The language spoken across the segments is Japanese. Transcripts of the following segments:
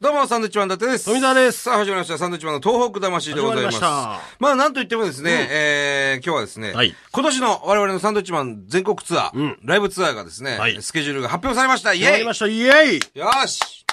どうも、サンドイッチマン伊達です。富澤ですさあ、始まりました。サンドイッチマンの東北魂でございます。始まりましまあ、なんといってもですね、えー、今日はですね、はい今年の我々のサンドイッチマン全国ツアー、うんライブツアーがですね、はいスケジュールが発表されました。イ決まりェました、イエイイよーし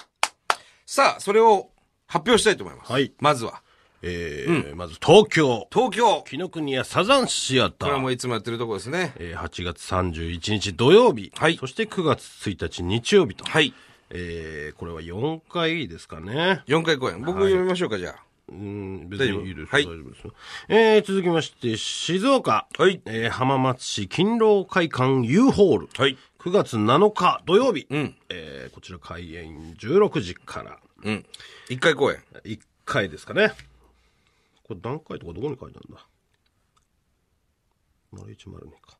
さあ、それを発表したいと思います。はいまずは、えーまず東京、東京。紀ノ国屋サザンシアこタれはもー。ういつもやってるとこですね。えー、8月31日土曜日、はいそして9月1日日曜日と、はい。えー、これは4回ですかね。 4回公演。僕読みましょうか、じゃうん、別にいいです、はい大丈夫ですよ。えー、続きまして、静岡、あ。はい。えー、浜松市勤労会館 U ホール、はい。 9月7日土曜日、うん。えー、こちら開演16時から、うん。1回公演。 1回ですかねこれ何回とかどこに書いてあるんだ0102か、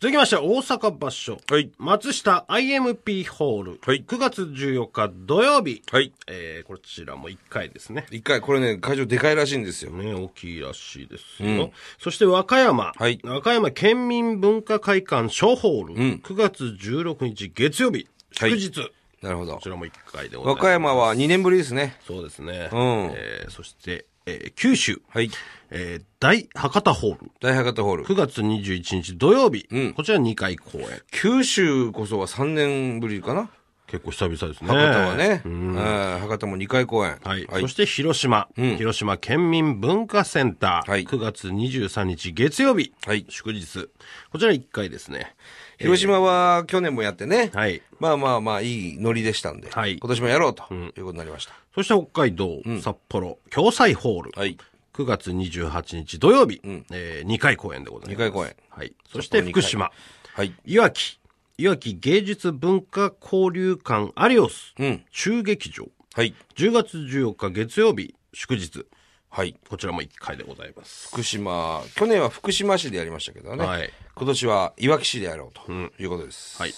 続きまして大阪場所、はい松下 IMP ホール、はい9月14日土曜日、はい。えーこちらも1回ですね1回、これね、会場でかいらしいんですよ。ね、大きいらしいですよ。そして和歌山、はい和歌山県民文化会館小ホール、ん9月16日月曜日、はい祝日、なるほどこち。らも1回でござ和います。歌山は2年ぶりですね。そうですね。うんえーそして、えー九州、はい。えー大博多ホール、大博多ホール。 9月21日土曜日、うんこちら2回公演。九州こそは3年ぶりかな。結構久々ですね。博多はね。ううんん、博多も2回公演。はい、はいそし。て広島、うん広島県民文化センター、はい9月23日月曜日、はい祝日。こちら1回ですね。広島は去年もやってね。はい。まあまあまあ、いいノリでしたんで。はい今年もやろうと、いうことになりました。そして北海道、札幌、共済ホール。はい。 9月28日土曜日、えー、2回公演でございます。二回公演はい。そして福島、はい。いわき、いわき芸術文化交流館アリオス、うん。中劇場。はい。 10月14日月曜日、祝日。はい。こちらも1回でございます。福島、去年は福島市でやりましたけどね。はい今年はいわき市でやろうと、いうことです。はい。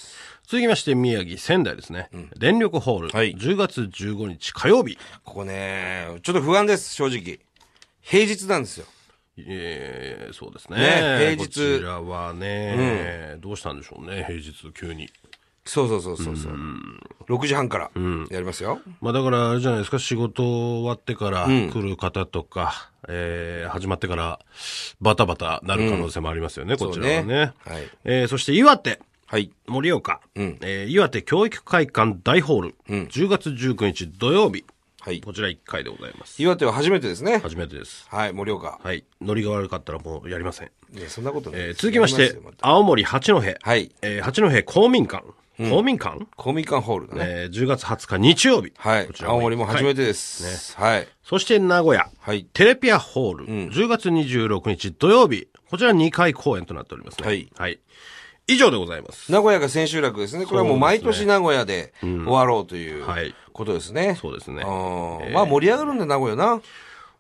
続きまして、宮城、仙台ですね。電力ホール、はい10月15日火曜日。ここね、ちょっと不安です、正直。平日なんですよ。えー、そうですね。ね平日こちらはね、どうしたんでしょうね、平日急に。そうそうそうそうそう。6時半からやりますよ。まあだからあれじゃないですか、仕事終わってから来る方とか、えー始まってからバタバタなる可能性もありますよね、こちらはね。そうねはいえーそして岩手、はい。盛岡、えー岩手教育会館大ホール、10月19日土曜日、はい。こちら1回でございます。岩手は初めてですね。初めてです。はい、盛岡。はい。ノリが悪かったらもうやりません。いや、そんなことないえでーす。続きましてやりすよ、青森八戸、はい。えー八戸公民館、公民館、公民館ホールだね。えー ?10 月20日日曜日。はいこ。ちら青森も初めて。てです。はい。そして名古屋。はい。テレピアホール、10月26日土曜日、こちら2回公演となっておりますね。はい以上でございます。名古屋が千秋楽ですね。これはもう毎年名古屋で終わろうというはいことですね。そうですねうんまあ盛り上がるんだ、名古屋な。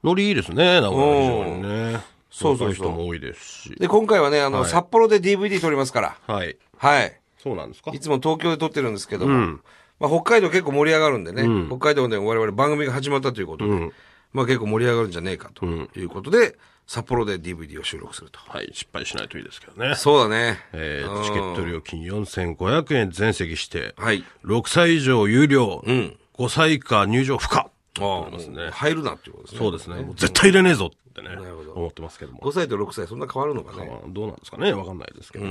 ノリいいですね、名古屋非常にね。そうそうそう若い人も多いですし。で、今回はね、あの、はい札幌で DVD 撮りますから。はい。はい。そうなんですかいつも東京で撮ってるんですけども、まあ、北海道結構盛り上がるんでね、北海道で我々番組が始まったということで、まあ、結構盛り上がるんじゃねえかということで、札幌で DVD を収録すると。はい。失敗しないといいですけどね。そうだね。えーチケット料金4500円全席して、はい。 6歳以上有料、ん5歳以下入場不可。ありますねもう入るなっていうことですね。そうですね。もう絶対入れねえぞってねるほ、ど思ってますけども。 5歳と6歳、そんな変わるのかね。まあどうなんですかねわかんないですけど、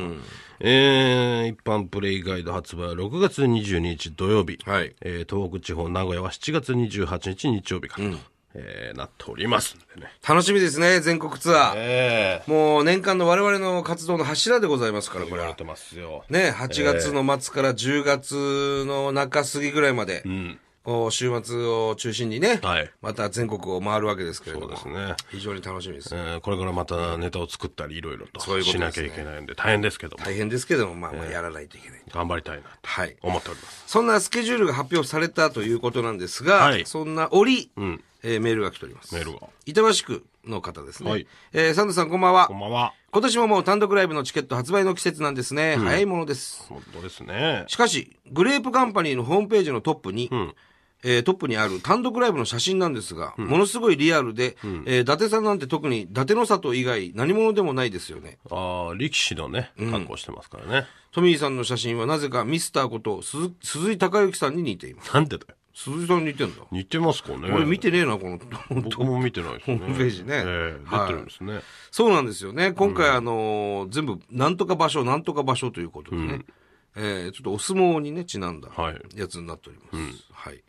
えー一般プレイガイド発売は6月22日土曜日、はいえー東北地方名古屋は7月28日日曜日からと、えーなっておりますんでね、楽しみですね、全国ツアー。えもう年間の我々の活動の柱でございますから、これ言われは。てますよ、ね、8月の末から10月の中過ぎぐらいまで、こう週末を中心にね、はいまた全国を回るわけですけれどそうも、ですね、非常に楽しみです。えーこれからまたネタを作ったりいろいろとそういうこしとなできすゃねいけないんで大変ですけども、大変ですけども、まあ、まあやらないといけない。頑張りたいなとはい。思っておりますそんなスケジュールが発表されたということなんですが、はいそんな折、えーメールが来ております。メールが板橋区の方ですね。はいえーサンドさんこんばんはこん。ばんは今年ももう単独ライブのチケット発売の季節なんですね。早いものです。本当ですねしかし、グレープカンパニーのホームページのトップに、えートップにある単独ライブの写真なんですが、ものすごいリアルで、えー伊達さんなんて特に伊達の里以外何者でもないですよね。ああ力士のね格好してますからね、トミーさんの写真はなぜかミスターこと鈴鈴井孝之さんに似ています。なんでだよ鈴木さんに似てんだ。似てますかね。俺見てねえな、この、 僕も見てないですね。ホームページねええはい出てるんですね。そうなんですよね。今回、あのー全部、なんとか場所、なんとか場所ということでね。えーちょっとお相撲にね、ちなんだはいやつになっております。はい。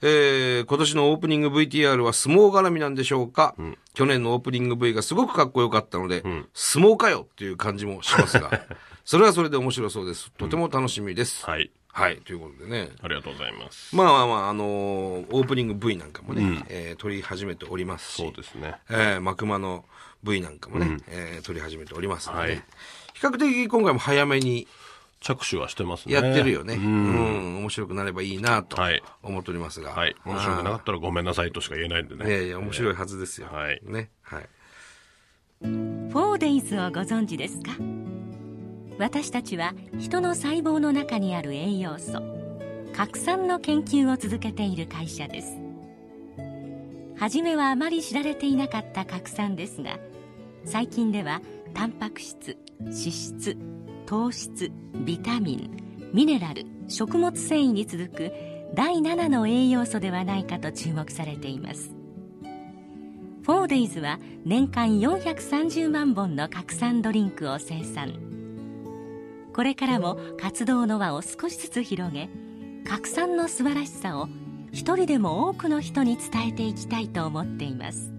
えー今年のオープニング VTR は相撲絡みなんでしょうか、去年のオープニング V がすごくかっこよかったので、相撲かよっていう感じもします が、それはそれで面白そうです。とても楽しみです。はい。はい、ということでね。ありがとうございます。まあまあまあ、あのーオープニング V なんかもね、えー撮り始めておりますし、そうですね。えー、マクマの部位なんかもね、えー撮り始めておりますので、はい比較的今回も早めに着手はしてますね。やってるよね。うん、面白くなればいいなとはい思っておりますが。はい。面白くなかったらごめんなさいとしか言えないんでいやね。いや、面白いはずですよ。はいね。はい。フォーデイズをご存知ですか私たちは人の細胞の中にある栄養素核酸の研究を続けている会社です初めはあまり知られていなかった核酸ですが最近ではタンパク質脂質糖質ビタミンミネラル食物繊維に続く第7の栄養素ではないかと注目されていますフォーデイズは年間430万本の拡散ドリンクを生産これからも活動の輪を少しずつ広げ拡散の素晴らしさを一人でも多くの人に伝えていきたいと思っています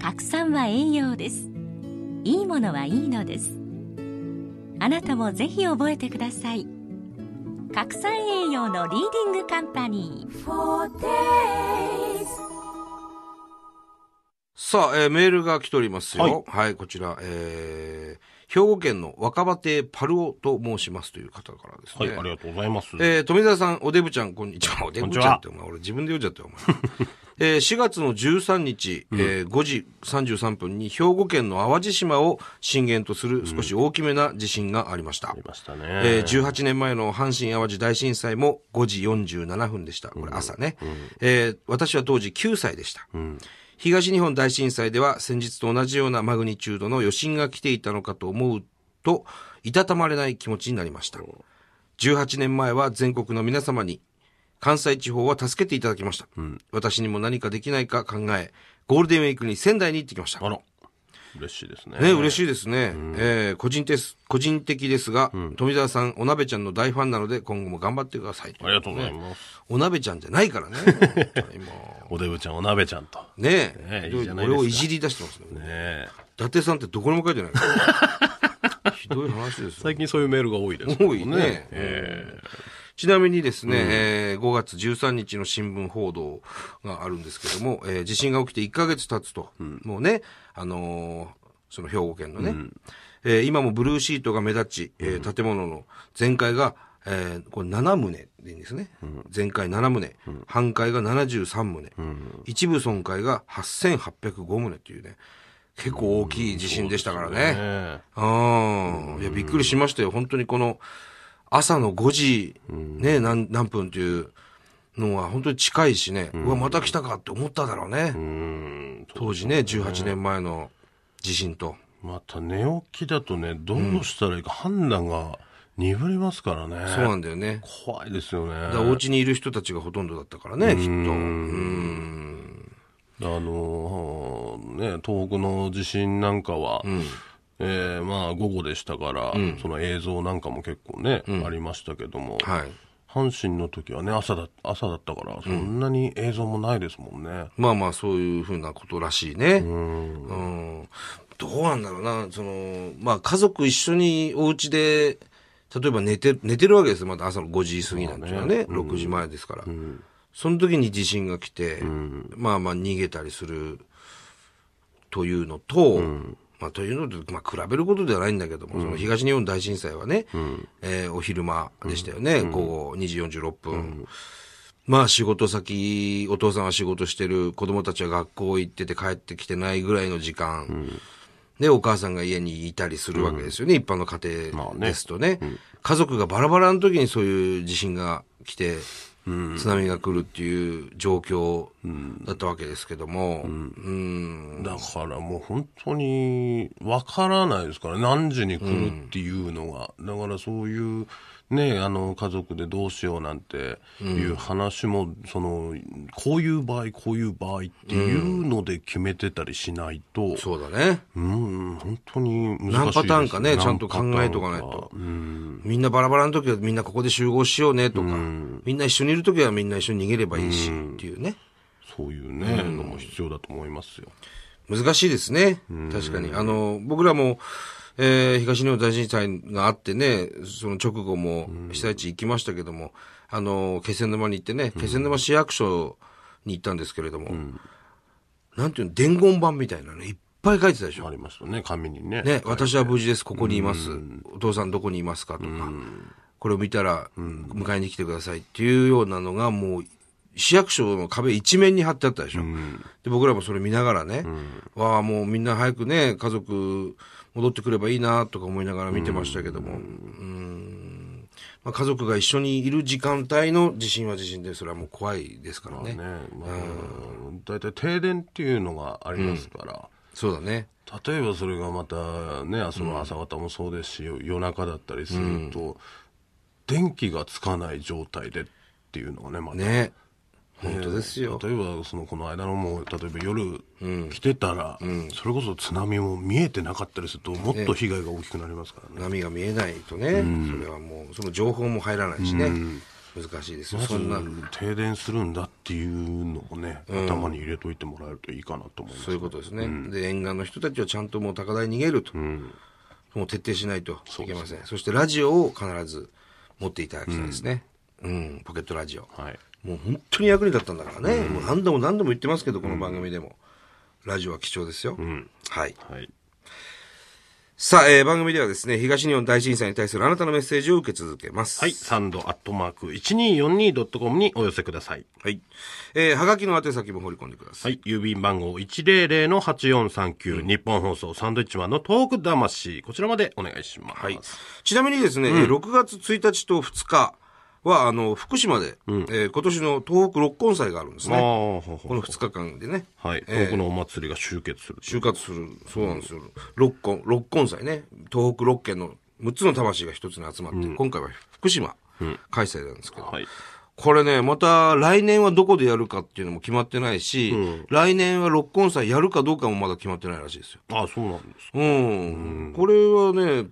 拡散は栄養ですいいものはいいのですあなたもぜひ覚えてください拡散栄養のリーディングカンパニーさあ、えーメールが来ておりますよ。ははいい、こちら、えー、兵庫県の若葉亭パルオと申しますという方からですはね。い、ありがとうございます。えー富澤さん、おでぶちゃん、こんにちは。おでぶちゃんって、お前、俺自分で読んじゃったよ、お前。えー4月 の13日、えー5時33分に兵庫県の淡路島を震源とする少し大きめな地震がありました。ありましたね。えー18年前の阪神・淡路大震災も5時47分でした。これ朝ね。えー私は当時9歳でした。東日本大震災では先日と同じようなマグニチュードの余震が来ていたのかと思うと、いたたまれない気持ちになりました。18年前は全国の皆様に、関西地方は助けていただきました。私にも何かできないか考え、ゴールデンウィークに仙台に行ってきました。あら、嬉しいですね。ね、嬉しいですね。えー個人です、個人的ですが、富澤さん、お鍋ちゃんの大ファンなので、今後も頑張ってください。ありがとうございます。お鍋ちゃんじゃない からね。本当にもおでぶちゃん、お鍋ちゃんと。うねねえ、いいじゃないです俺かをいじり出してますね。ねえ伊達さんってどこにも書いてない から。ひどい話ですよ最近そういうメールが多いですけど多いね。えちなみにですね、えー5月13日の新聞報道があるんですけども、えー地震が起きて1ヶ月経つと、もうね、あのーその兵庫県のね、えー今もブルーシートが目立ち、えー建物の全壊が、えーこれ7棟でいいんですね。全壊7棟、半壊が73棟、一部損壊が8805棟というね、結構大きい地震でしたからね。えねうん。いや、びっくりしましたよ。本当にこの、朝の5時、ね、何、何分っていうのは本当に近いしね、うわ、また来たかって思っただろうね。えうん。当時ね、18年前の地震と。また寝起きだとね、どうしたらいいか判断が鈍りますからね。そうなんだよね。怖いですよね。だからお家にいる人たちがほとんどだったからね、きっと。うん。あのーね、東北の地震なんかは、えーまあ午後でしたから、その映像なんかも結構ね、ありましたけども、はい。阪神の時はね朝だ、朝だったから、そんなに映像もないですもんね。まあまあ、そういうふうなことらしいね。うん。どうなんだろうな、その、まあ、家族一緒にお家で、例えば寝て、寝てるわけですよ。まだ朝の5時過ぎなんていうのはね、6時前ですから。その時に地震が来て、まあまあ逃げたりするというのと、まあというのと、まあ比べることではないんだけども、その東日本大震災はね、えーお昼間でしたよね、午後2時46分。まあ仕事先、お父さんは仕事してる、子供たちは学校行ってて帰ってきてないぐらいの時間。で、お母さんが家にいたりするわけですよね、一般の家まあ庭ねですとね。家族がバラバラの時にそういう地震が来て、津波が来るっていう状況だったわけですけども、うんだからもう本当にわからないですから、何時に来るっていうのが。だからそういうね、あの家族でどうしようなんていう話も、そのこういう場合こういう場合っていうので決めてたりしないと、そうだね。うん、本当に難しいです、何パターンかねちゃんと考えとかないとうんみんなバラバラの時はみんなここで集合しようねとか、みんな一緒にいる時はみんな一緒に逃げればいいし、っていうね。そういうね、のも必要だと思いますよ。難しいですね。確かに。あの、僕らも、えー東日本大震災があってね、その直後も被災地行きましたけども、あの、気仙沼に行ってね、気仙沼市役所に行ったんですけれども、なんていうの、伝言板みたいなのいっぱい書いてたでしょあ。りましたね、紙にね。ね、私は無事です、ここにいます。お父さんどこにいますかとか、これを見たら、迎えに来てくださいっていうようなのが、もう、市役所の壁一面に貼ってあったでしょ。で、僕らもそれ見ながらね、わあ、もうみんな早くね、家族戻ってくればいいなとか思いながら見てましたけども、うんまあ、家族が一緒にいる時間帯の地震は地震で、それはもう怖いですからね。ねまあ、大体停電っていうのがありますから、そうだね。例えばそれがまたね、その朝方もそうですし、夜中だったりすると、電気がつかない状態でっていうのがね、また。ね。本当ですよ。例えばそのこの間のも例えば夜来てたら、それこそ津波も見えてなかったりするともっと被害が大きくなりますからね波が見えないとね、それはもう、その情報も入らないしね、難しいですよ、まずそんな、停電するんだっていうのをね、頭に入れといてもらえるといいかなと思いますそういうことですね、で沿岸の人たちはちゃんともう高台に逃げると、もう徹底しないといけません、そしてラジオを必ず持っていただきたいですね、うん、ポケットラジオ、はいもう本当に役に立ったんだからね、もう何度も何度も言ってますけど、この番組でも、ラジオは貴重ですよ。はいはいさあ、えー番組ではですね、東日本大震災に対するあなたのメッセージを受け続けます。はい、サンドアットマーク 1242.com にお寄せください。はい。えーはがきの宛先も放り込んでください。はい、郵便番号100-8439、日本放送サンドイッチマンのトーク魂、こちらまでお願いします。はい。ちなみにですね、えー6月1日と2日は、あの、福島で、えー今年の東北六根祭があるんですああ、ね。ほうほうほこうの2日間でね、はい、東北のお祭りが集結する。就活する、そうなんですよ。六根、六根祭ね、東北6県の6つの魂が一つに集まって、今回は福島開催なんですけど、はい。これね、また来年はどこでやるかっていうのも決まってないし、来年は六根祭やるかどうかもまだ決まってないらしいですよ。ああ、そうなんです。うん、これはね、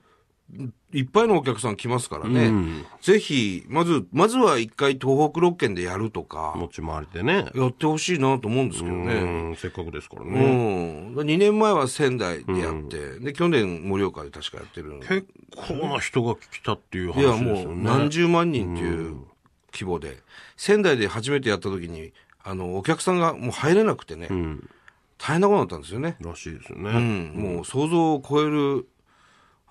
いっぱいのお客さん来ますからね、ぜひ、まず、まずは一回東北6県でやるとか、持ち回りでね。やってほしいなと思うんですけどうね。ん、せっかくですからうね。ん、2年前は仙台でやって、で、去年盛岡で確かやってるので、結構な人が来たっていういや、話ですもようね。何十万人っていう規模で、仙台で初めてやった時に、あの、お客さんがもう入れなくてね、ん大変なことになったんですよね。らしいですよね。うん、もう想像を超える、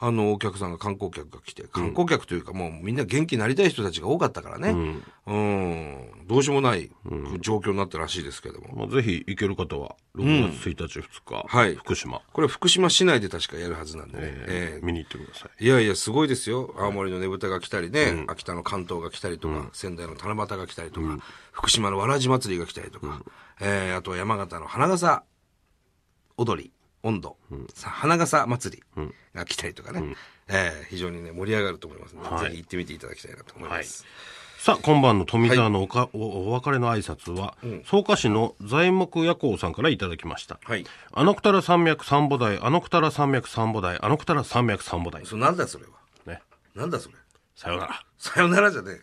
あの、お客さんが観光客が来て、観光客というかもうみんな元気になりたい人たちが多かったからね。うん。どうしようもない状況になったらしいですけども。まあ、ぜひ行ける方は、6月1日、2日、はい福島、これ福島市内で確かやるはずなんでね。ええー見に行ってください。えいやいや、すごいですよ。青森のねぶたが来たりね、秋田の関東が来たりとか、仙台の七夕が来たりとか、福島のわらじ祭りが来たりとか、ええあとは山形の花笠踊り、温度、さ花笠祭りが来たりとかね、ええ非常にね、盛り上がると思いますので、はいぜひ行ってみていただきたいなと思います。さあ、今晩の富澤のおか、おお別れの挨拶は、草加市の材木夜行さんからいただきました。はい。あのくたら山脈三母台、あのくたら山脈三母台、あのくたら山脈三母台。それなんだそれは。ね。なんだそれ。さようなら。さよならじゃねえよ。